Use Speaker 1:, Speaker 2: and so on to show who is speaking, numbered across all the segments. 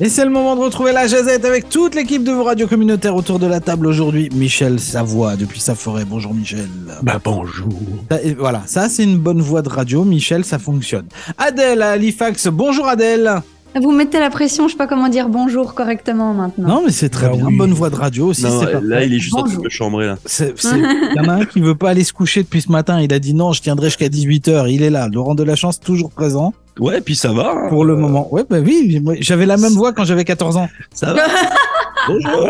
Speaker 1: Et c'est le moment de retrouver la Jazette avec toute l'équipe de vos radios communautaires autour de la table aujourd'hui. Michel Savoie, depuis sa forêt. Bonjour Michel.
Speaker 2: Bah bonjour.
Speaker 1: Ça- et Voilà, ça c'est une bonne voix de radio. Michel, ça fonctionne. Adèle à Halifax. Bonjour Adèle.
Speaker 3: Vous mettez la pression, je sais pas comment dire bonjour correctement maintenant.
Speaker 1: Non, mais c'est très
Speaker 2: Ah
Speaker 1: bien.
Speaker 2: oui.
Speaker 1: Bonne voix de radio aussi.
Speaker 4: Non,
Speaker 1: c'est pas-
Speaker 4: là, il est juste en train
Speaker 3: Bonjour.
Speaker 4: de chambrer. Là.
Speaker 1: c'est- c'est- Il y en a un qui veut pas aller se coucher depuis ce matin. Il a dit non, je tiendrai jusqu'à 18h. Il est là. Laurent de la chance toujours présent
Speaker 4: Ouais, puis ça va. hein.
Speaker 1: pour le moment. Ouais, bah oui, moi, j'avais la même voix quand j'avais 14 ans.
Speaker 4: Ça va. Bonjour.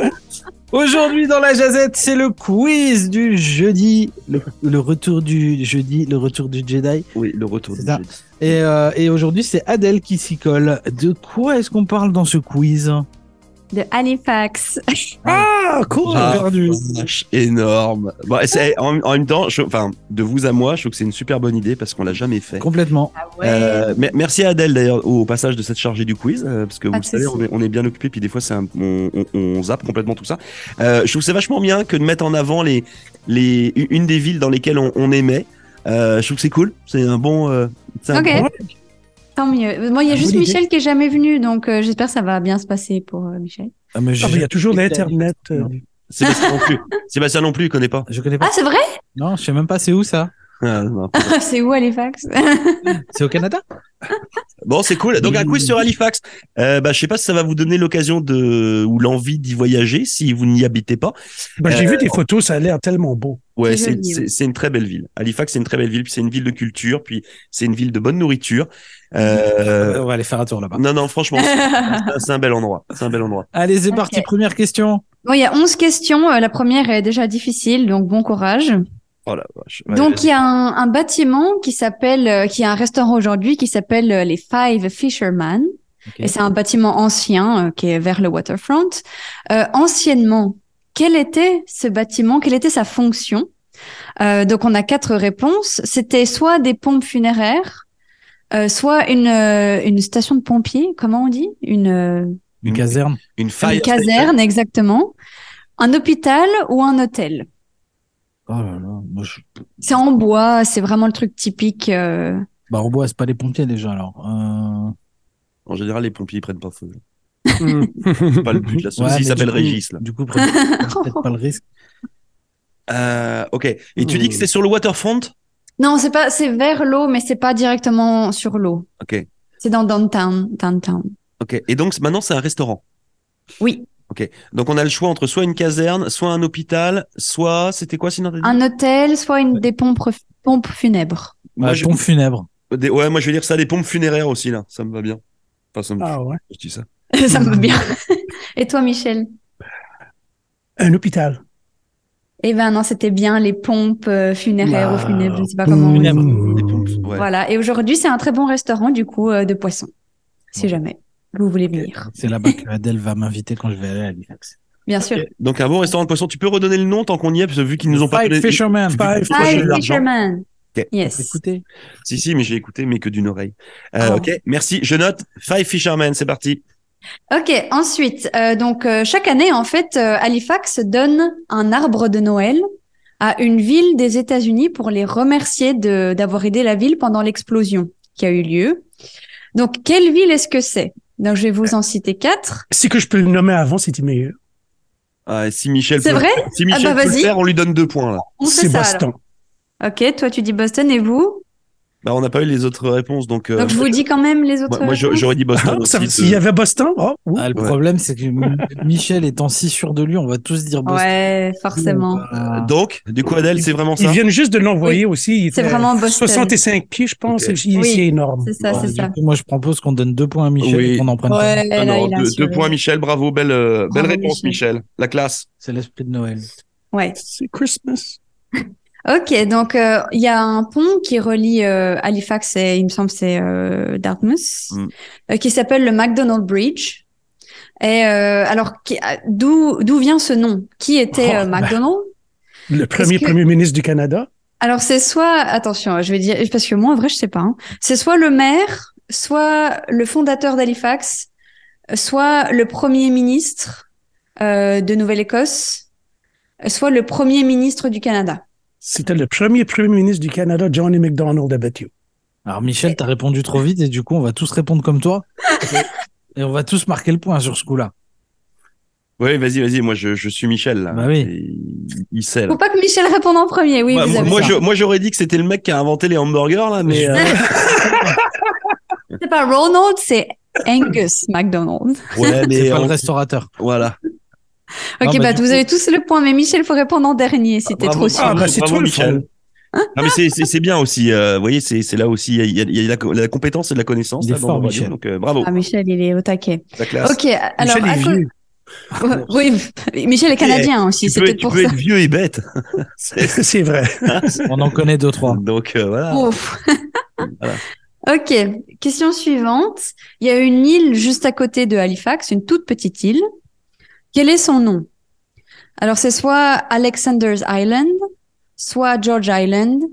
Speaker 1: Aujourd'hui dans la Jazette, c'est le quiz du jeudi, le, le retour du jeudi, le retour du Jedi.
Speaker 4: Oui, le retour
Speaker 1: C'est
Speaker 4: du
Speaker 1: ça.
Speaker 4: Jedi.
Speaker 1: Et, euh, et aujourd'hui, c'est Adèle qui s'y colle. De quoi est-ce qu'on parle dans ce quiz
Speaker 3: De Halifax.
Speaker 1: Ah, cool,
Speaker 4: Ah,
Speaker 1: j'ai perdu.
Speaker 4: vache, énorme. Bon, c'est- en, en même temps, je- enfin, de vous à moi, je trouve que c'est une super bonne idée parce qu'on l'a jamais fait.
Speaker 1: Complètement.
Speaker 3: Ah
Speaker 4: Euh, mer- merci à Adèle d'ailleurs au passage de cette chargée du quiz euh, parce que
Speaker 1: Ah,
Speaker 4: vous
Speaker 3: Pas
Speaker 4: le
Speaker 3: de
Speaker 4: savez
Speaker 3: souci.
Speaker 4: on est, on est bien occupé puis des fois c'est un- on, on- on zappe complètement tout ça. Euh, je trouve que c'est vachement bien que de mettre en avant les les u- une des villes dans lesquelles on, on aimait. Euh, je trouve que c'est cool, c'est un bon. euh, c'est un
Speaker 3: Ok.
Speaker 4: bon-
Speaker 3: Tant mieux. Moi, il y a
Speaker 1: Ah,
Speaker 3: juste
Speaker 1: bonne
Speaker 3: Michel qui est jamais venu, donc euh, j'espère que ça va bien se passer pour euh, Michel.
Speaker 1: Ah, mais je,
Speaker 2: Ah, mais il y a toujours l'internet. euh,
Speaker 4: Sébastien non plus. Sébastien non plus, il connaît pas.
Speaker 1: je connais pas.
Speaker 3: Ah, c'est vrai
Speaker 1: Non, je sais même pas c'est où ça.
Speaker 4: Ah, non.
Speaker 3: C'est où Halifax
Speaker 1: C'est au Canada
Speaker 4: Bon, c'est cool. Donc un quiz sur Halifax. Euh, bah, je sais pas si ça va vous donner l'occasion de ou l'envie d'y voyager si vous n'y habitez pas.
Speaker 2: bah, J'ai
Speaker 4: Euh,
Speaker 2: vu des photos, ça a l'air tellement beau.
Speaker 4: Ouais,
Speaker 3: C'est
Speaker 4: c'est
Speaker 3: joli,
Speaker 4: c'est- c'est une très belle ville. Halifax, c'est une très belle ville. Puis c'est une ville de culture. Puis c'est une ville de bonne nourriture. Euh,
Speaker 1: On va aller faire un tour là-bas.
Speaker 4: Non, non, franchement, c'est- c'est un- c'est un bel endroit. C'est un bel endroit.
Speaker 1: Allez, c'est
Speaker 3: Ok.
Speaker 1: parti, première question.
Speaker 3: Bon, il y a 11 questions. Euh, La première est déjà difficile, donc bon courage.
Speaker 4: Oh la vache. Ouais,
Speaker 3: donc, il y a un, un bâtiment qui s'appelle, euh, qui est un restaurant aujourd'hui, qui s'appelle euh, les Five Fishermen.
Speaker 1: Ok.
Speaker 3: Et c'est un bâtiment ancien euh, qui est vers le waterfront. Euh, anciennement, quel était ce bâtiment Quelle était sa fonction Euh, Donc, on a quatre réponses. C'était soit des pompes funéraires, euh, soit une, euh, une station de pompiers, comment on dit Une, euh,
Speaker 1: Une caserne.
Speaker 4: une
Speaker 3: une
Speaker 4: faille.
Speaker 3: caserne, exactement. Un hôpital ou un hôtel
Speaker 1: Oh là là, moi je...
Speaker 3: C'est en bois, c'est vraiment le truc typique. euh,
Speaker 1: Bah, au bois, c'est pas les pompiers déjà alors. Euh,
Speaker 4: En général, les pompiers ils prennent pas feu.
Speaker 3: Hmm.
Speaker 4: C'est pas le
Speaker 2: Pas
Speaker 4: but de la
Speaker 1: ouais,
Speaker 4: solution.
Speaker 1: mais
Speaker 4: il s'appelle
Speaker 1: du coup-
Speaker 4: Régis là.
Speaker 1: Du coup, prenez- peut-être pas le risque.
Speaker 4: Euh, ok. Et tu dis
Speaker 1: oh.
Speaker 4: que c'était sur le waterfront
Speaker 3: Non, c'est pas, c'est vers l'eau, mais c'est pas directement sur l'eau.
Speaker 4: Ok.
Speaker 3: C'est dans downtown, downtown.
Speaker 4: Ok. Et donc maintenant, c'est un restaurant.
Speaker 3: Oui,
Speaker 4: Donc on a le choix entre soit une caserne, soit un hôpital, soit c'était quoi sinon t'as dit
Speaker 3: un hôtel, soit une des pompes, pompes funèbres.
Speaker 4: moi,
Speaker 1: Ah,
Speaker 4: je...
Speaker 1: Pompe funèbre.
Speaker 4: des- Ouais, moi je vais dire ça, des pompes funéraires aussi là, ça me va bien. Enfin, ça me...
Speaker 2: Ah ouais.
Speaker 4: je dis ça.
Speaker 3: Ça me va bien. Et toi, Michel
Speaker 2: Un hôpital.
Speaker 3: Eh ben non, c'était bien les pompes euh, funéraires
Speaker 2: Ah,
Speaker 3: ou funèbres, je sais pas comment on dit.
Speaker 1: funèbres.
Speaker 4: Des pompes, ouais.
Speaker 3: Voilà. Et aujourd'hui, c'est un très bon restaurant du coup euh, de poissons, si jamais vous voulez venir.
Speaker 1: C'est là-bas que Adèle va m'inviter quand je vais aller à Halifax.
Speaker 3: Bien sûr.
Speaker 4: Ok. Donc un bon restaurant de poisson, tu peux redonner le nom tant qu'on y est, parce que vu qu'ils nous ont pas
Speaker 1: Five
Speaker 4: donné...
Speaker 1: Fisherman.
Speaker 2: Five
Speaker 4: Moi, j'ai eu
Speaker 3: Hi,
Speaker 4: l'argent.
Speaker 3: Fisherman.
Speaker 4: Ok.
Speaker 3: Yes.
Speaker 1: Écoutez.
Speaker 4: Si, si, mais j'ai écouté, mais que d'une oreille. Euh,
Speaker 3: Oh.
Speaker 4: Ok, merci, je note. Five Fishermen, c'est parti.
Speaker 3: Ok, ensuite, euh, donc euh, chaque année, en fait, euh, Halifax donne un arbre de Noël à une ville des États-Unis pour les remercier de d'avoir aidé la ville pendant l'explosion qui a eu lieu. Donc, quelle ville est-ce que c'est Donc, je vais vous en citer quatre.
Speaker 2: Si que je peux le nommer avant, c'était meilleur.
Speaker 4: Ah, et si Michel
Speaker 3: C'est
Speaker 4: peut-
Speaker 3: vrai
Speaker 4: Si Michel
Speaker 3: Ah bah,
Speaker 4: peut le
Speaker 3: vas-y.
Speaker 4: faire, on lui donne deux points là.
Speaker 3: On fait
Speaker 2: C'est
Speaker 3: ça alors.
Speaker 2: Boston.
Speaker 3: Ok, toi tu dis Boston et vous
Speaker 4: Bah, on n'a pas eu les autres réponses, donc... euh,
Speaker 3: Donc, je vous dis quand même les autres.
Speaker 4: Moi, moi, je-
Speaker 3: réponses.
Speaker 4: j'aurais dit Boston
Speaker 2: Ah, ça-
Speaker 4: aussi,
Speaker 2: S'il
Speaker 4: de-
Speaker 2: y avait Boston, oh, ouh.
Speaker 1: Ah, le
Speaker 4: euh, Ouais.
Speaker 1: problème, c'est que M- Michel étant si sûr de lui, on va tous dire Boston.
Speaker 3: Ouais, forcément.
Speaker 1: Ah.
Speaker 4: Donc, du coup, Adèle, c'est vraiment
Speaker 2: ils
Speaker 4: ça
Speaker 2: viennent juste de l'envoyer aussi. Il
Speaker 3: C'est
Speaker 2: fait
Speaker 3: vraiment Boston.
Speaker 2: 65 pieds, je pense.
Speaker 4: Ok.
Speaker 2: Il-
Speaker 3: Oui.
Speaker 2: C'est énorme.
Speaker 3: C'est ça,
Speaker 4: Bon,
Speaker 3: c'est
Speaker 1: Bah, Du
Speaker 3: ça.
Speaker 1: coup, moi, je propose qu'on donne deux points à Michel
Speaker 4: Oui.
Speaker 1: et qu'on en prenne pas.
Speaker 3: Ouais,
Speaker 4: Ah
Speaker 3: Eh là,
Speaker 4: non,
Speaker 3: il a
Speaker 4: deux,
Speaker 3: assuré.
Speaker 4: deux points, Michel. Bravo, belle, euh, belle
Speaker 3: Bravo,
Speaker 4: réponse, Michel.
Speaker 3: Michel.
Speaker 4: La classe.
Speaker 1: C'est l'esprit de Noël.
Speaker 3: Ouais.
Speaker 2: C'est Christmas.
Speaker 3: Ok, donc euh, il y a un pont qui relie euh, Halifax et il me semble c'est euh, Dartmouth,
Speaker 4: Mm.
Speaker 3: euh, qui s'appelle le MacDonald Bridge. Et euh, alors, qui- euh, d'où d'où vient ce nom Qui était
Speaker 2: Oh,
Speaker 3: euh,
Speaker 2: bah.
Speaker 3: MacDonald
Speaker 2: Le premier
Speaker 3: que-
Speaker 2: premier ministre du Canada.
Speaker 3: Alors c'est soit, attention, je vais dire parce que moi en vrai je sais pas. hein. C'est soit le maire, soit le fondateur d'Halifax, soit le premier ministre euh, de Nouvelle-Écosse, soit le premier ministre du Canada.
Speaker 2: C'était le premier premier ministre du Canada, Johnny MacDonald, abattu.
Speaker 1: Alors Michel, t'as répondu trop vite et du coup on va tous répondre comme toi. Et on va tous marquer le point sur ce coup-là.
Speaker 4: Oui, vas-y, vas-y, moi je, je suis Michel là.
Speaker 1: Bah oui.
Speaker 4: Et il- Il sait là.
Speaker 3: Faut pas que Michel réponde en premier, oui,
Speaker 4: moi,
Speaker 3: vous
Speaker 4: Bah, moi,
Speaker 3: avez
Speaker 4: moi,
Speaker 3: ça.
Speaker 4: je- moi, j'aurais dit que c'était le mec qui a inventé les hamburgers là, mais euh,
Speaker 3: C'est pas Ronald, c'est Angus McDonald.
Speaker 4: euh, ouais, mais
Speaker 1: C'est pas
Speaker 4: on-
Speaker 1: le restaurateur.
Speaker 4: voilà.
Speaker 1: Ah,
Speaker 3: Ok,
Speaker 1: bah,
Speaker 3: bah,
Speaker 1: du
Speaker 3: vous
Speaker 1: coup-
Speaker 3: avez tous le point, mais Michel, faut répondre en dernier si t'es
Speaker 4: bravo.
Speaker 3: trop
Speaker 2: Ah,
Speaker 3: sûr.
Speaker 2: bah, c'est
Speaker 4: Bravo,
Speaker 2: toi le
Speaker 4: Michel.
Speaker 2: fan.
Speaker 4: Non mais c'est- c'est c'est bien aussi. euh, vous voyez, c'est c'est là aussi il y a, il y a- il y a la, la compétence et de la connaissance.
Speaker 1: Il est
Speaker 4: là, dans
Speaker 1: fort,
Speaker 4: le radio,
Speaker 1: Michel.
Speaker 4: Donc euh, bravo.
Speaker 3: Ah, Michel, il est au taquet.
Speaker 4: La classe.
Speaker 3: Ok, alors.
Speaker 2: Michel
Speaker 3: à
Speaker 2: est
Speaker 3: cause-
Speaker 2: vieux.
Speaker 3: Oui, Michel est canadien aussi,
Speaker 4: Tu
Speaker 3: c'est
Speaker 4: peux, être-
Speaker 3: peut-être
Speaker 4: tu
Speaker 3: pour
Speaker 4: peux
Speaker 3: ça.
Speaker 4: être vieux et bête. C'est-
Speaker 2: C'est vrai.
Speaker 1: On en connaît deux, trois.
Speaker 4: donc euh, voilà.
Speaker 3: Ouf.
Speaker 4: Voilà.
Speaker 3: Ok, question suivante. Il y a une île juste à côté de Halifax, une toute petite île. Quel est son nom Alors c'est soit Alexander's Island, soit George Island,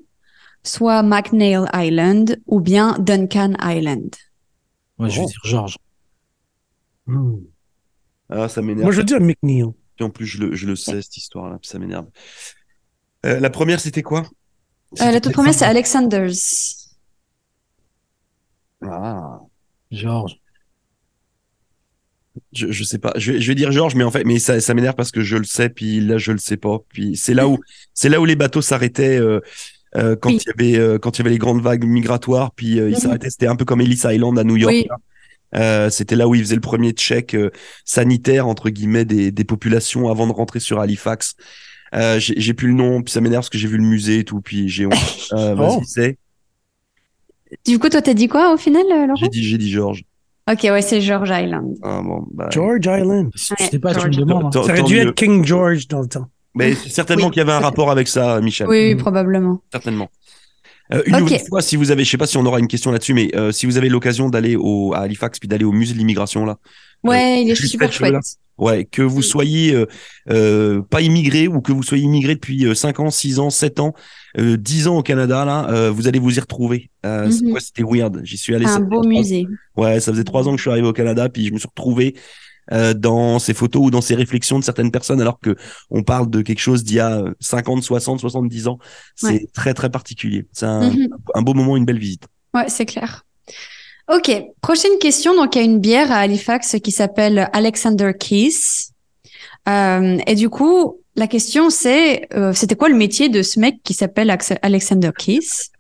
Speaker 3: soit McNeil Island ou bien Duncan Island. Euh,
Speaker 1: Moi, je vais
Speaker 4: Oh.
Speaker 1: dire Georges.
Speaker 4: Ah, ça m'énerve.
Speaker 2: Hmm. Moi, je veux dire McNeil.
Speaker 4: Puis en plus, je le, je le sais, cette histoire-là, puis ça m'énerve. Euh, la première, c'était quoi
Speaker 3: Euh, la
Speaker 4: C'était-
Speaker 3: toute première c'est Alexander's.
Speaker 4: Ah,
Speaker 1: Georges.
Speaker 4: je, je sais pas. Je, vais- je vais dire Georges, mais en fait, mais ça, ça m'énerve parce que je le sais, puis là, je le sais pas. Puis c'est là où, c'est là où les bateaux s'arrêtaient euh, euh, quand
Speaker 3: Oui.
Speaker 4: il y avait, euh, quand il y avait les grandes vagues migratoires, puis euh, ils
Speaker 3: Mhm.
Speaker 4: s'arrêtaient. C'était un peu comme Ellis Island à New York.
Speaker 3: Oui.
Speaker 4: là. Euh, c'était là où ils faisaient le premier check euh, sanitaire entre guillemets des, des populations avant de rentrer sur Halifax. Euh, j'ai j'ai plus le nom, puis ça m'énerve parce que j'ai vu le musée et tout, puis j'ai honte. Euh, vas-y,
Speaker 2: Oh.
Speaker 4: c'est-
Speaker 3: Du coup, toi, t'as dit quoi au final, euh, Laurent
Speaker 4: J'ai dit, j'ai dit Georges.
Speaker 3: Ok, ouais, c'est George Island.
Speaker 4: Ah, bon, bah,
Speaker 2: George Island.
Speaker 1: Je
Speaker 3: Ouais,
Speaker 1: sais pas, tu me
Speaker 3: Georges.
Speaker 1: demandes. hein.
Speaker 4: Tant-
Speaker 2: Ça aurait
Speaker 4: tant
Speaker 2: dû
Speaker 4: mieux.
Speaker 2: être King George dans le temps.
Speaker 4: Mais c'est certainement
Speaker 3: Oui.
Speaker 4: qu'il y avait un rapport avec ça, Michel.
Speaker 3: Oui, oui, probablement.
Speaker 4: Certainement. Euh, une
Speaker 3: Ok.
Speaker 4: nouvelle fois, si vous avez, je sais pas si on aura une question là-dessus, mais euh, si vous avez l'occasion d'aller au à Halifax puis d'aller au musée de l'immigration là,
Speaker 3: Ouais, il est
Speaker 4: juste
Speaker 3: super
Speaker 4: cette chose-là.
Speaker 3: chouette.
Speaker 4: ouais, que vous soyez euh, euh, pas immigré ou que vous soyez immigré depuis 5 ans, 6 ans, 7 ans, euh, 10 ans au Canada là, euh, vous allez vous y retrouver. Euh,
Speaker 3: Mhm. Ah
Speaker 4: c'est- ouais, c'était weird. J'y suis allé. ça
Speaker 3: Un
Speaker 4: faisait
Speaker 3: beau
Speaker 4: trois-
Speaker 3: musée.
Speaker 4: Ouais, ça faisait trois ans que je suis arrivé au Canada, puis je me suis retrouvé euh, dans ces photos ou dans ces réflexions de certaines personnes, alors que on parle de quelque chose d'il y a euh, 50, 60, 70 ans. C'est
Speaker 3: Ouais.
Speaker 4: très, très particulier. C'est un,
Speaker 3: Mhm.
Speaker 4: un beau moment, une belle visite.
Speaker 3: Ouais, c'est clair. Ok, prochaine question. Donc, il y a une bière à Halifax qui s'appelle Alexander Keys. Euh, et du coup, la question c'est, euh, c'était quoi le métier de ce mec qui s'appelle Ax- Alexander Keys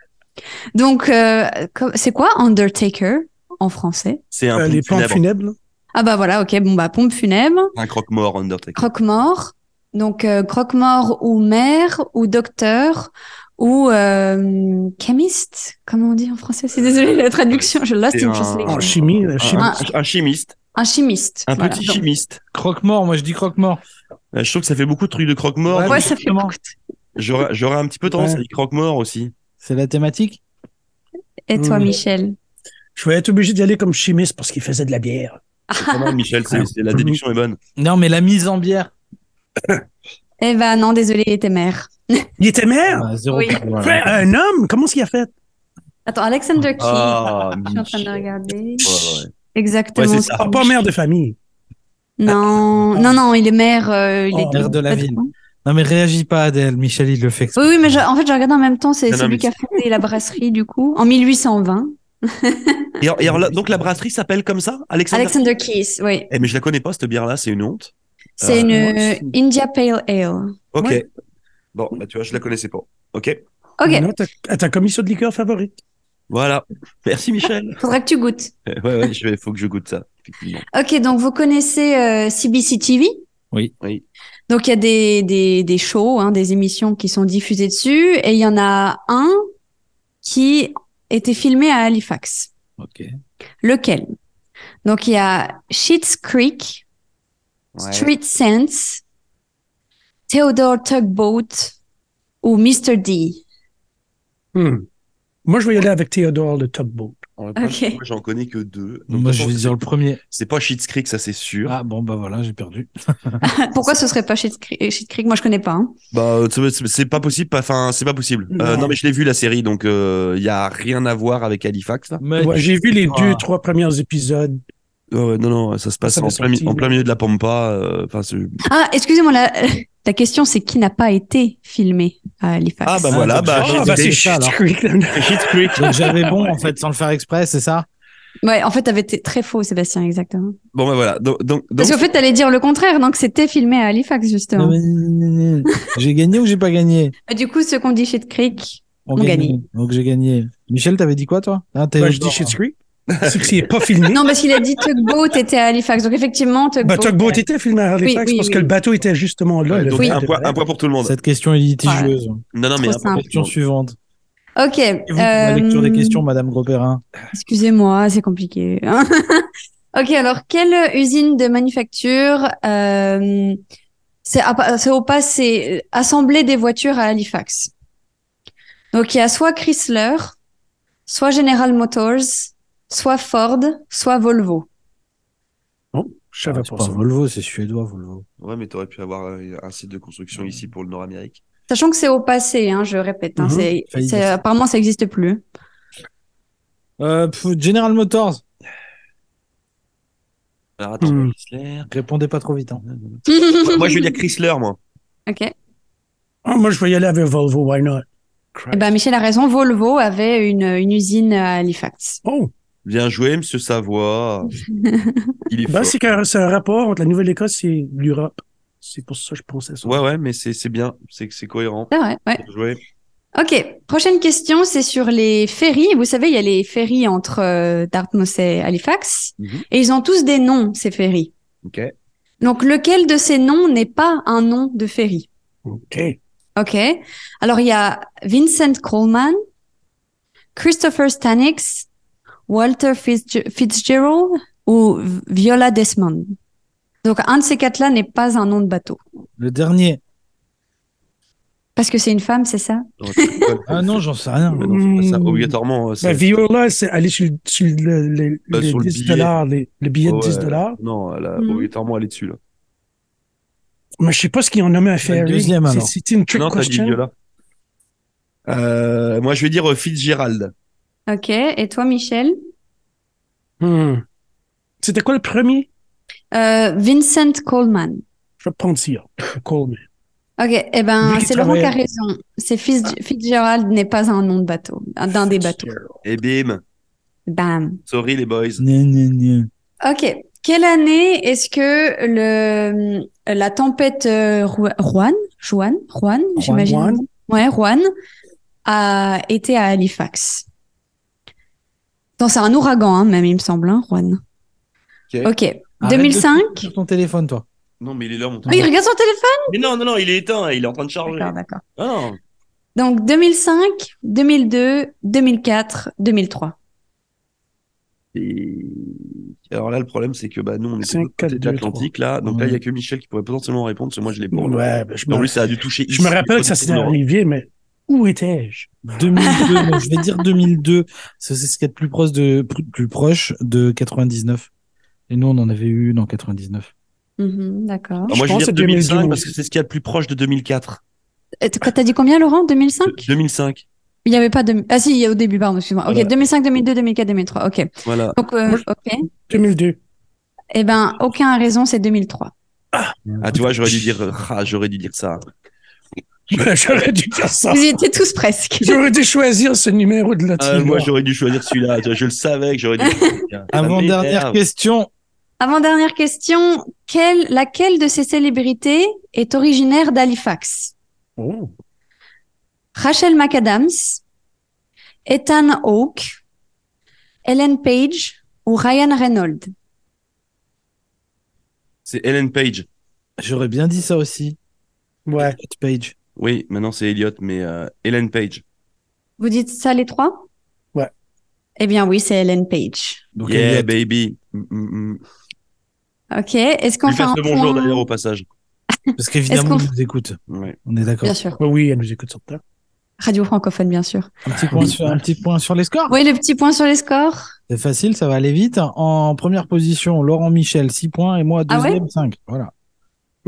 Speaker 3: Donc, euh, co- c'est quoi Undertaker en français
Speaker 4: C'est un
Speaker 2: Euh,
Speaker 4: pompe
Speaker 2: les plantes
Speaker 4: funèbre,
Speaker 2: funèbres. là.
Speaker 3: Ah bah voilà, ok, bon bah pompe funèbre,
Speaker 4: un croque-mort Undertaker.
Speaker 3: croque-mort, donc euh, croque-mort ou mère ou docteur ou euh, chemist, comment on dit en français C'est désolé la traduction, je l'ai,
Speaker 4: C'est
Speaker 3: Ah, c'est une chose.
Speaker 2: En chimie, la
Speaker 4: un,
Speaker 2: chimie.
Speaker 4: un- un chimiste,
Speaker 3: Un chimiste.
Speaker 4: un
Speaker 3: voilà.
Speaker 4: petit
Speaker 3: Donc,
Speaker 4: chimiste.
Speaker 1: Croque-mort, moi, je dis croque-mort.
Speaker 4: Euh, Je trouve que ça fait beaucoup de trucs de croque-mort.
Speaker 1: Ouais,
Speaker 4: donc
Speaker 3: Ouais, ça fait
Speaker 1: Justement.
Speaker 3: beaucoup. de-
Speaker 4: J'aurais j'aurais un petit peu tendance
Speaker 2: Ouais.
Speaker 4: à dire croque-mort aussi.
Speaker 1: C'est la thématique
Speaker 3: Et toi,
Speaker 4: Hmm.
Speaker 2: Mm.
Speaker 3: Michel
Speaker 2: Je vais être obligé d'y aller comme chimiste parce qu'il faisait de la bière.
Speaker 4: C'est pas mal, Michel. c'est-
Speaker 2: Ouais.
Speaker 4: c'est- La déduction est bonne.
Speaker 1: Non, mais la mise en bière.
Speaker 3: Eh ben non, désolé, il était mère.
Speaker 2: Il était maire.
Speaker 1: Ah, zéro
Speaker 3: Oui.
Speaker 1: point, voilà.
Speaker 2: Ouais, Un homme, comment est-ce qu'il a fait?
Speaker 3: Attends, Alexander Key.
Speaker 4: Ah,
Speaker 3: Je suis en train de
Speaker 4: Michel.
Speaker 3: regarder.
Speaker 4: Ouais, ouais.
Speaker 3: Exactement.
Speaker 4: Ouais, c'est ça.
Speaker 2: Ah, pas mère de famille.
Speaker 3: Non, non, non, il est maire. euh, il
Speaker 2: Oh,
Speaker 3: est
Speaker 1: maire de la
Speaker 3: patron.
Speaker 1: ville. Non, mais réagis pas, Adèle. Michel, il le fait. exprès.
Speaker 3: Oui, oui, mais je- en fait, je regarde en même temps, c'est
Speaker 4: Non,
Speaker 3: c'est
Speaker 4: non,
Speaker 3: lui
Speaker 4: mais
Speaker 3: qui a fondé la brasserie, du coup, en 1820.
Speaker 4: Et, alors- et alors là, donc la brasserie s'appelle comme ça, Alexander.
Speaker 3: Alexander Keys, oui.
Speaker 4: Eh, mais je la connais pas cette bière là, c'est une honte.
Speaker 3: C'est
Speaker 4: Euh,
Speaker 3: une
Speaker 2: moi,
Speaker 3: euh, India Pale Ale.
Speaker 4: Ok.
Speaker 2: Ouais.
Speaker 4: Bon, bah tu vois, je la connaissais pas. Ok.
Speaker 3: Ok,
Speaker 2: Maintenant, t'as- À ta commission de liqueur favorite.
Speaker 4: Voilà. Merci Michel.
Speaker 3: faudra que tu goûtes.
Speaker 4: Euh, ouais, ouais, je vais, faut que je goûte ça. effectivement.
Speaker 3: Ok, donc vous connaissez euh, CBC TV
Speaker 1: Oui.
Speaker 4: Oui.
Speaker 3: Donc il y a des, des, des shows, hein, des émissions qui sont diffusées dessus, et il y en a un qui était filmé à Halifax.
Speaker 1: Ok.
Speaker 3: Lequel Donc il y a Schitt's Creek,
Speaker 4: Ouais.
Speaker 3: Street Sense, Theodore Tugboat ou Mr. D.
Speaker 2: Hmm. Moi, je vais y aller avec Théodore le top boat.
Speaker 4: Alors, moi,
Speaker 3: Ok.
Speaker 4: je- Moi, j'en connais que deux. Donc,
Speaker 1: moi,
Speaker 4: de
Speaker 1: je
Speaker 4: toute
Speaker 1: vais
Speaker 4: façon,
Speaker 1: dire le premier.
Speaker 4: C'est pas Schitt's Creek, ça c'est sûr.
Speaker 1: Ah, bon, bah voilà, j'ai perdu.
Speaker 3: Pourquoi ce serait pas Schitt's Creek Schitt's Creek Moi je connais pas. hein.
Speaker 4: Bah, c'est- c'est c'est pas possible. pas- Enfin, c'est pas possible. Euh,
Speaker 2: Non.
Speaker 4: non, mais je l'ai vu la série, donc euh, il y a rien à voir avec Halifax là.
Speaker 1: Mais-
Speaker 2: Ouais, J'ai vu les
Speaker 1: Ah.
Speaker 2: deux, trois premiers épisodes.
Speaker 4: Ouais, ouais, non, non, ça se passe
Speaker 2: Ça
Speaker 4: en,
Speaker 2: m'est
Speaker 4: plein, mi-
Speaker 2: sorti,
Speaker 4: en
Speaker 2: oui.
Speaker 4: plein milieu de la pampa. euh, Enfin, c'est-
Speaker 3: Ah, excusez-moi, la, la question c'est qui n'a pas été filmé à Halifax
Speaker 4: ah bah
Speaker 1: Ah,
Speaker 4: voilà,
Speaker 1: donc,
Speaker 4: bah,
Speaker 1: ah,
Speaker 2: Ah,
Speaker 4: Schitt's
Speaker 2: bah, c'est
Speaker 4: Creek.
Speaker 1: ça,
Speaker 2: Schitt's
Speaker 1: alors.
Speaker 2: Creek.
Speaker 4: Schitt's Creek.
Speaker 1: Donc, j'avais bon, en fait, sans le faire exprès, c'est ça
Speaker 3: Ouais, en fait, t'avais été très faux, Sébastien, exactement.
Speaker 4: Bon, ben voilà. Donc, donc, donc-
Speaker 3: Parce qu'en fait, t'allais dire le contraire, donc c'était filmé à Halifax, justement.
Speaker 1: Non, mais- non, non, non. J'ai gagné ou j'ai pas gagné
Speaker 3: Et Du coup, ce qu'on dit chez Creek,
Speaker 1: On,
Speaker 3: On
Speaker 1: gagne.
Speaker 3: gagne.
Speaker 1: Donc j'ai gagné. Michel, t'avais dit quoi toi Ah, t'es-
Speaker 2: Bah, je dis Shit's Creek. C'est que c'est pas filmé.
Speaker 3: Non, parce qu'il a dit Tugboat était à Halifax. Donc effectivement, Tugboat.
Speaker 2: Bah, Tugboat était filmé à Halifax
Speaker 3: oui,
Speaker 2: parce
Speaker 3: oui.
Speaker 2: que le bateau était justement là. le
Speaker 4: donc,
Speaker 2: vrai.
Speaker 4: un, point, un point pour tout le monde.
Speaker 1: Ah, Cette question est litigieuse.
Speaker 4: Non, non, mais
Speaker 3: Trop
Speaker 4: un point pour tout le
Speaker 1: Question
Speaker 4: monde.
Speaker 1: suivante.
Speaker 3: Ok.
Speaker 1: Et vous, pour la lecture des
Speaker 3: Ah. euh,
Speaker 1: questions, Madame Grosperrin.
Speaker 3: Excusez-moi, c'est compliqué. ok, alors quelle usine de manufacture euh, c'est à- c'est au pas, c'est euh, assembler des voitures à Halifax. Donc il y a soit Chrysler, soit General Motors, soit Ford, soit Volvo.
Speaker 2: Non, je
Speaker 4: Ah,
Speaker 2: savais
Speaker 1: C'est
Speaker 2: pas
Speaker 1: pas
Speaker 2: ça.
Speaker 1: Volvo, c'est suédois, Volvo.
Speaker 4: Ouais, mais t'aurais pu avoir euh, un site de construction ici pour le Nord-Amérique.
Speaker 3: Sachant que c'est au passé, hein, je répète. hein,
Speaker 2: Mhm,
Speaker 3: c'est-
Speaker 1: failli
Speaker 3: c'est-
Speaker 1: dire ça.
Speaker 3: apparemment, ça n'existe plus.
Speaker 1: Euh, pff, General Motors.
Speaker 4: Alors attends,
Speaker 2: Hmm.
Speaker 4: Chrysler.
Speaker 1: Répondez pas trop vite. hein.
Speaker 4: Ouais, moi, je veux dire Chrysler, moi.
Speaker 3: ok.
Speaker 2: Ah, moi, je vais y aller avec Volvo, why not?
Speaker 3: Eh ben, Michel a raison. Volvo avait une, une usine à Halifax.
Speaker 2: Oh,
Speaker 4: Bien joué, Monsieur Savoie. Il est
Speaker 2: ben,
Speaker 1: Bah,
Speaker 4: fort.
Speaker 2: c'est qu'un- c'est un rapport entre la Nouvelle-Écosse et l'Europe. C'est pour ça que je pensais ça.
Speaker 4: Ouais, ouais, mais c'est c'est bien. C'est que c'est cohérent.
Speaker 3: C'est vrai, ouais.
Speaker 4: Bien joué.
Speaker 3: Ok. Prochaine question, c'est sur les ferries. Vous savez, il y a les ferries entre euh, Dartmouth et Halifax.
Speaker 4: Mhm.
Speaker 3: Et ils ont tous des noms, ces ferries.
Speaker 4: Ok.
Speaker 3: Donc, lequel de ces noms n'est pas un nom de ferry?
Speaker 2: OK.
Speaker 3: Ok. Alors, il y a Vincent Coleman, Christopher Stanix, Walter Fitzg- Fitzgerald ou V- Viola Desmond. Donc, un de ces quatre-là n'est pas un nom de bateau.
Speaker 1: Le dernier.
Speaker 3: Parce que c'est une femme, c'est ça?
Speaker 4: Non, je sais pas.
Speaker 1: Ah non, j'en sais rien.
Speaker 4: Mais non, c'est pas ça. Obligatoirement, euh,
Speaker 2: Ben,
Speaker 4: c'est-
Speaker 2: Viola, c'est aller sur, le- sur le, le-
Speaker 4: Bah,
Speaker 2: les
Speaker 4: sur le
Speaker 2: 10
Speaker 4: billet.
Speaker 2: dollars, les- le billet
Speaker 4: Ouais.
Speaker 2: de 10 dollars.
Speaker 4: Non, elle a-
Speaker 2: Hmm.
Speaker 3: Mhm.
Speaker 4: obligatoirement, elle est dessus, là.
Speaker 2: Mais je sais pas ce qu'ils ont nommé un ferry.
Speaker 1: deuxième,
Speaker 2: C'est-
Speaker 1: alors.
Speaker 2: C'était une trick
Speaker 4: Non, t'as dit
Speaker 2: question.
Speaker 4: Viola. Euh, moi, je vais dire euh, Fitzgerald.
Speaker 3: Ok. Et toi, Michel?
Speaker 2: Hmm. C'était quoi le premier?
Speaker 3: Euh, Vincent Coleman.
Speaker 2: Je vais prendre Sia. Coleman.
Speaker 3: Ok, eh ben,
Speaker 2: Lui qui
Speaker 3: c'est Laurent qui a
Speaker 2: travaille-
Speaker 3: raison. C'est Fitz- Fitzgerald n'est pas un nom de bateau, d'un des bateaux.
Speaker 4: Et Eh, bim.
Speaker 3: Bam.
Speaker 4: Sorry, les boys.
Speaker 1: Gna, gna, gna.
Speaker 3: Ok. Quelle année est-ce que le la tempête euh, Ru- Juan, Juan, Juan, j'imagine.
Speaker 2: Juan.
Speaker 3: Ouais, Juan a été à Halifax. Non, c'est un ouragan, hein, même, il me semble, hein, Juan.
Speaker 4: Ok.
Speaker 3: Ok.
Speaker 1: Arrête
Speaker 3: 2005.
Speaker 1: de sur ton téléphone, toi.
Speaker 4: Non, mais il est là, mon
Speaker 3: Oh, il regarde son téléphone.
Speaker 4: Mais non, non, non, il est éteint. Il est en train de charger.
Speaker 3: D'accord, d'accord.
Speaker 4: Ah, non.
Speaker 3: Donc 2005, 2002, 2004, 2003.
Speaker 4: Et- Alors là, le problème, c'est que bah, nous, on est
Speaker 2: Cinq,
Speaker 4: de l'autre côté
Speaker 2: quatre,
Speaker 4: de
Speaker 2: deux,
Speaker 4: l'Atlantique, là. Donc là, il n'y a que Michel qui pourrait potentiellement répondre, parce que moi, je l'ai pas.
Speaker 2: Ouais, ben, je,
Speaker 4: En
Speaker 2: me,
Speaker 4: plus, ça a dû toucher.
Speaker 2: je me rappelle que ça s'est arrivé, mais où étais-je?
Speaker 1: 2002, moi, je vais dire 2002. ça, C'est ce qui est plus proche de plus proche de 99. Et nous, on en avait eu dans 99.
Speaker 3: Mhm, d'accord.
Speaker 4: moi,
Speaker 2: Je
Speaker 4: je vais
Speaker 2: pense
Speaker 4: dire
Speaker 2: que
Speaker 4: 2005
Speaker 2: 2012.
Speaker 4: parce que c'est ce qu'il y a de plus proche de 2004.
Speaker 3: Euh, Quoi, t'as dit combien, Laurent 2005
Speaker 4: De- 2005.
Speaker 3: Il n'y avait pas de... Ah si, il y a au début, pardon, excuse-moi. Ok,
Speaker 4: Voilà.
Speaker 3: 2005, 2002, 2004, 2003. Ok.
Speaker 4: Voilà.
Speaker 3: Donc, euh,
Speaker 2: Moi, je-
Speaker 3: ok.
Speaker 2: 2002.
Speaker 3: Eh ben, aucun a raison, c'est 2003.
Speaker 4: Ah, tu vois, j'aurais dû dire, euh, ah, j'aurais dû dire ça.
Speaker 2: Ben, J'aurais dû dire ça.
Speaker 3: Vous y étiez tous presque.
Speaker 2: J'aurais dû choisir ce numéro de
Speaker 4: Ah,
Speaker 2: loterie.
Speaker 4: moi, j'aurais dû choisir celui-là. Tu vois, Je le savais que j'aurais dû. Ah, euh,
Speaker 1: Avant-dernière Ah, question.
Speaker 3: Avant-dernière question, quelle... laquelle de ces célébrités est originaire d'Halifax
Speaker 2: Oh.
Speaker 3: Rachel McAdams, Ethan Hawke, Ellen Page ou Ryan Reynolds
Speaker 4: C'est Ellen Page.
Speaker 1: J'aurais bien dit ça aussi.
Speaker 2: Ouais.
Speaker 1: Elliot Page.
Speaker 4: Oui, maintenant c'est Elliot, mais euh, Ellen Page.
Speaker 3: Vous dites ça les trois
Speaker 2: Ouais.
Speaker 3: Eh bien oui, c'est Ellen Page.
Speaker 1: Donc,
Speaker 4: yeah,
Speaker 1: Elliot.
Speaker 4: baby. Mm, mm, mm.
Speaker 3: Ok, est-ce qu'on
Speaker 4: Lui
Speaker 3: fait un
Speaker 4: passe le bonjour
Speaker 3: point
Speaker 4: d'ailleurs au passage.
Speaker 1: Parce qu'évidemment,
Speaker 3: Est-ce
Speaker 1: on nous écoute.
Speaker 4: Ouais.
Speaker 1: On est d'accord.
Speaker 3: Bien sûr.
Speaker 2: Ben oui, elle nous écoute sur le temps.
Speaker 3: Radio francophone, bien sûr.
Speaker 1: Un petit, point sur, un petit point sur les scores.
Speaker 3: Oui, le petit point sur les scores.
Speaker 1: C'est facile, ça va aller vite. En première position, Laurent Michel, 6 points, et moi,
Speaker 3: Ah ouais
Speaker 1: deuxième, 5. Voilà.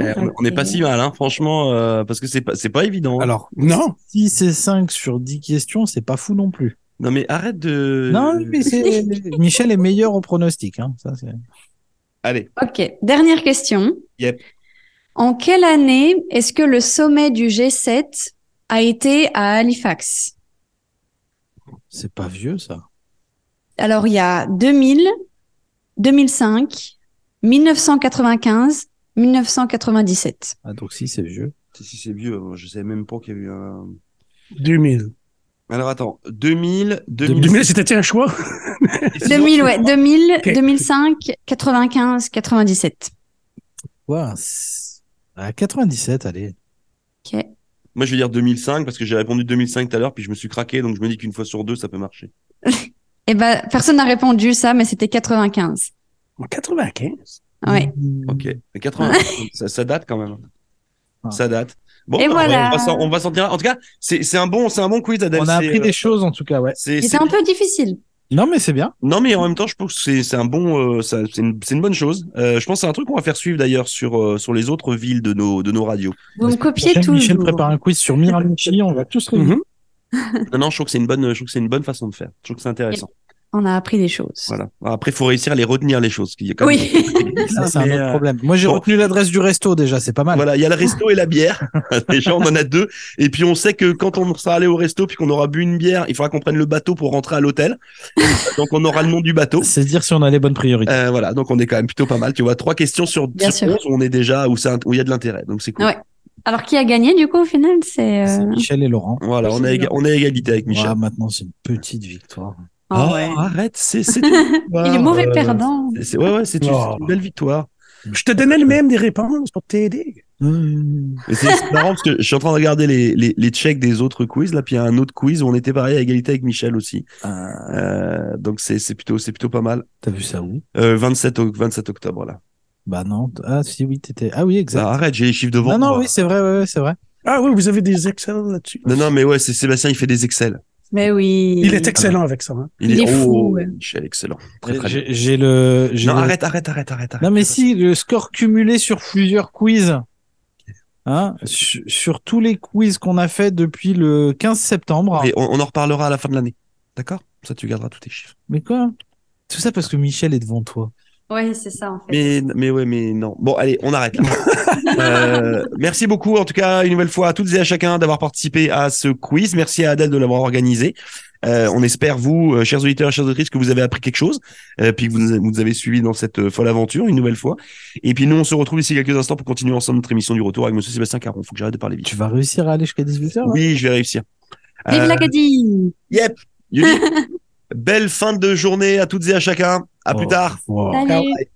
Speaker 4: Eh, on- on n'est pas si mal, hein, franchement, euh, parce que c'est pas, c'est pas évident. hein.
Speaker 1: Alors,
Speaker 2: Non.
Speaker 1: 6 et 5 sur 10 questions, c'est pas fou non plus.
Speaker 4: Non mais arrête de.
Speaker 1: Non, mais c'est... Euh, Michel est meilleur au pronostic. Hein. Ça, c'est...
Speaker 4: Allez,
Speaker 3: Ok, dernière question.
Speaker 4: Yep.
Speaker 3: En quelle année est-ce que le sommet du G7 a été à Halifax
Speaker 1: c'est pas vieux, ça.
Speaker 3: Alors, il y a 2000, 2005, 1995, 1997.
Speaker 1: Ah, donc si, c'est vieux.
Speaker 4: Si, si, c'est vieux. hein. Je savais même pas qu'il y a eu un.
Speaker 2: 2000.
Speaker 4: Alors attends, 2000, 2000.
Speaker 2: 2000, c'était un choix?
Speaker 4: Et sinon,
Speaker 3: 2000, ouais, 2000,
Speaker 2: Ok.
Speaker 3: 2005, 95, 97.
Speaker 1: Quoi c'est- À 97, allez.
Speaker 3: Ok.
Speaker 4: Moi, je vais dire 2005 parce que j'ai répondu 2005 tout à l'heure, puis je me suis craqué, donc je me dis qu'une fois sur deux, ça peut marcher.
Speaker 3: Eh ben, personne n'a répondu ça, mais c'était 95.
Speaker 2: En 95.
Speaker 3: Ouais.
Speaker 4: Ok. Mais 80, ça, ça date quand même.
Speaker 1: Mm. Ah.
Speaker 4: Ça date. Bon,
Speaker 3: Et
Speaker 4: bah,
Speaker 3: voilà.
Speaker 4: on va s'en- on va s'en tirer. En tout cas, c'est c'est un bon, c'est un bon quiz, Adèle.
Speaker 1: On a
Speaker 4: C'est,
Speaker 1: appris
Speaker 4: euh,
Speaker 1: des choses, en tout cas, ouais.
Speaker 4: c'est- c'est-
Speaker 3: C'était un peu difficile.
Speaker 1: Non, mais c'est bien.
Speaker 4: Non, mais en même temps, je pense que c'est- c'est un bon, euh, ça- c'est une, c'est une bonne chose. Euh, je pense que c'est un truc qu'on va faire suivre d'ailleurs sur euh, sur les autres villes de nos de nos radios.
Speaker 3: Vous me copiez
Speaker 1: Michel,
Speaker 3: tout.
Speaker 1: Michel prépare un quiz sur Miramichi, on va tous
Speaker 4: Mhm.
Speaker 1: réunir.
Speaker 2: Mhm.
Speaker 4: non, non, je trouve que c'est une bonne, je trouve que c'est une bonne façon de faire. Je trouve que c'est intéressant.
Speaker 3: On a appris des choses.
Speaker 4: Voilà. Après, faut réussir à les retenir les choses. qu'il y a quand même-
Speaker 3: Oui.
Speaker 1: Ça, c'est
Speaker 2: Ah,
Speaker 1: un
Speaker 2: mais,
Speaker 1: autre
Speaker 2: euh,
Speaker 1: problème. Moi, j'ai
Speaker 4: bon.
Speaker 1: retenu l'adresse du resto déjà, c'est pas mal.
Speaker 4: Voilà, il y a le resto et la bière. Déjà, on en a deux. Et puis, on sait que quand on sera allé au resto, puis qu'on aura bu une bière, il faudra qu'on prenne le bateau pour rentrer à l'hôtel. Donc, on aura le nom du bateau.
Speaker 1: C'est dire si on a les bonnes priorités.
Speaker 4: Euh, voilà, donc on est quand même plutôt pas mal. Tu vois, trois questions sur,
Speaker 3: Bien
Speaker 4: sur
Speaker 3: sûr.
Speaker 4: onze, où on est déjà où c'est int- où il y a de l'intérêt. Donc, c'est cool.
Speaker 3: Ouais. Alors, qui a gagné, du coup, au final, c'est,
Speaker 1: C'est
Speaker 3: euh,
Speaker 1: Michel et Laurent.
Speaker 4: Voilà, on est, éga- on est à égalité avec Michel.
Speaker 1: Ah, maintenant, c'est une petite victoire.
Speaker 3: ah
Speaker 4: Oh,
Speaker 3: ouais.
Speaker 4: Arrête, c'est c'est-
Speaker 3: Il est mauvais
Speaker 4: euh,
Speaker 3: perdant.
Speaker 4: c'est- ouais, ouais, c'est une,
Speaker 2: Oh.
Speaker 4: c'est une belle victoire.
Speaker 2: Je te donnais le même des réponses pour t'aider.
Speaker 1: Mmh.
Speaker 4: Mais C'est c'est marrant parce que je suis en train de regarder les, les, les checks des autres quiz là, puis il y a un autre quiz où on était pareil à égalité avec Michel aussi.
Speaker 1: Ah,
Speaker 4: Euh, donc c'est c'est plutôt c'est plutôt pas mal.
Speaker 1: T'as vu ça où
Speaker 4: Euh, 27, au- 27 octobre là.
Speaker 1: Bah non. Ah, si, oui, t'étais. Ah, oui, exact.
Speaker 4: Ah, bah. arrête, j'ai les chiffres devant.
Speaker 1: non, non,
Speaker 4: moi.
Speaker 1: oui, c'est vrai, ouais, ouais, c'est vrai.
Speaker 2: Ah oui, vous avez des excellents là-dessus.
Speaker 4: non, non, mais ouais, c'est Sébastien, il fait des excels.
Speaker 3: Mais oui.
Speaker 2: Il est excellent avec ça. hein.
Speaker 3: Il est
Speaker 4: oh,
Speaker 3: fou, ouais.
Speaker 4: Michel, excellent. Très très bien.
Speaker 1: J'ai- J'ai le. j'ai
Speaker 4: Non,
Speaker 1: le-
Speaker 4: arrête, arrête, arrête, arrête.
Speaker 1: Non,
Speaker 4: arrête.
Speaker 1: mais si, le score cumulé sur plusieurs quiz. Hein, sur, sur tous les quiz qu'on a fait depuis le 15 septembre.
Speaker 4: Et on, on en reparlera à la fin de l'année. D'accord Ça, tu garderas tous tes chiffres.
Speaker 1: Mais quoi Tout ça parce que Michel est devant toi.
Speaker 3: Ouais, c'est ça, en fait.
Speaker 4: Mais, mais ouais, mais non. Bon, allez, on arrête là. Euh, merci beaucoup, en tout cas, une nouvelle fois à toutes et à chacun d'avoir participé à ce quiz. Merci à Adèle de l'avoir organisé. Euh, on espère, vous, euh, chers auditeurs, chers auditrices, que vous avez appris quelque chose, euh, puis que vous, nous- vous nous avez suivis dans cette euh, folle aventure, une nouvelle fois. Et puis nous, on se retrouve ici quelques instants pour continuer ensemble notre émission du retour avec Monsieur Sébastien Caron. Faut que j'arrête de parler vite.
Speaker 1: Tu vas réussir à aller jusqu'à hein 18h
Speaker 4: Oui, je vais réussir.
Speaker 3: Vive
Speaker 4: Euh,
Speaker 3: l'Acadie!
Speaker 4: Yep. Yuri, Belle fin de journée à toutes et à chacun. À plus tard.
Speaker 3: Salut!
Speaker 4: Ciao. Bye.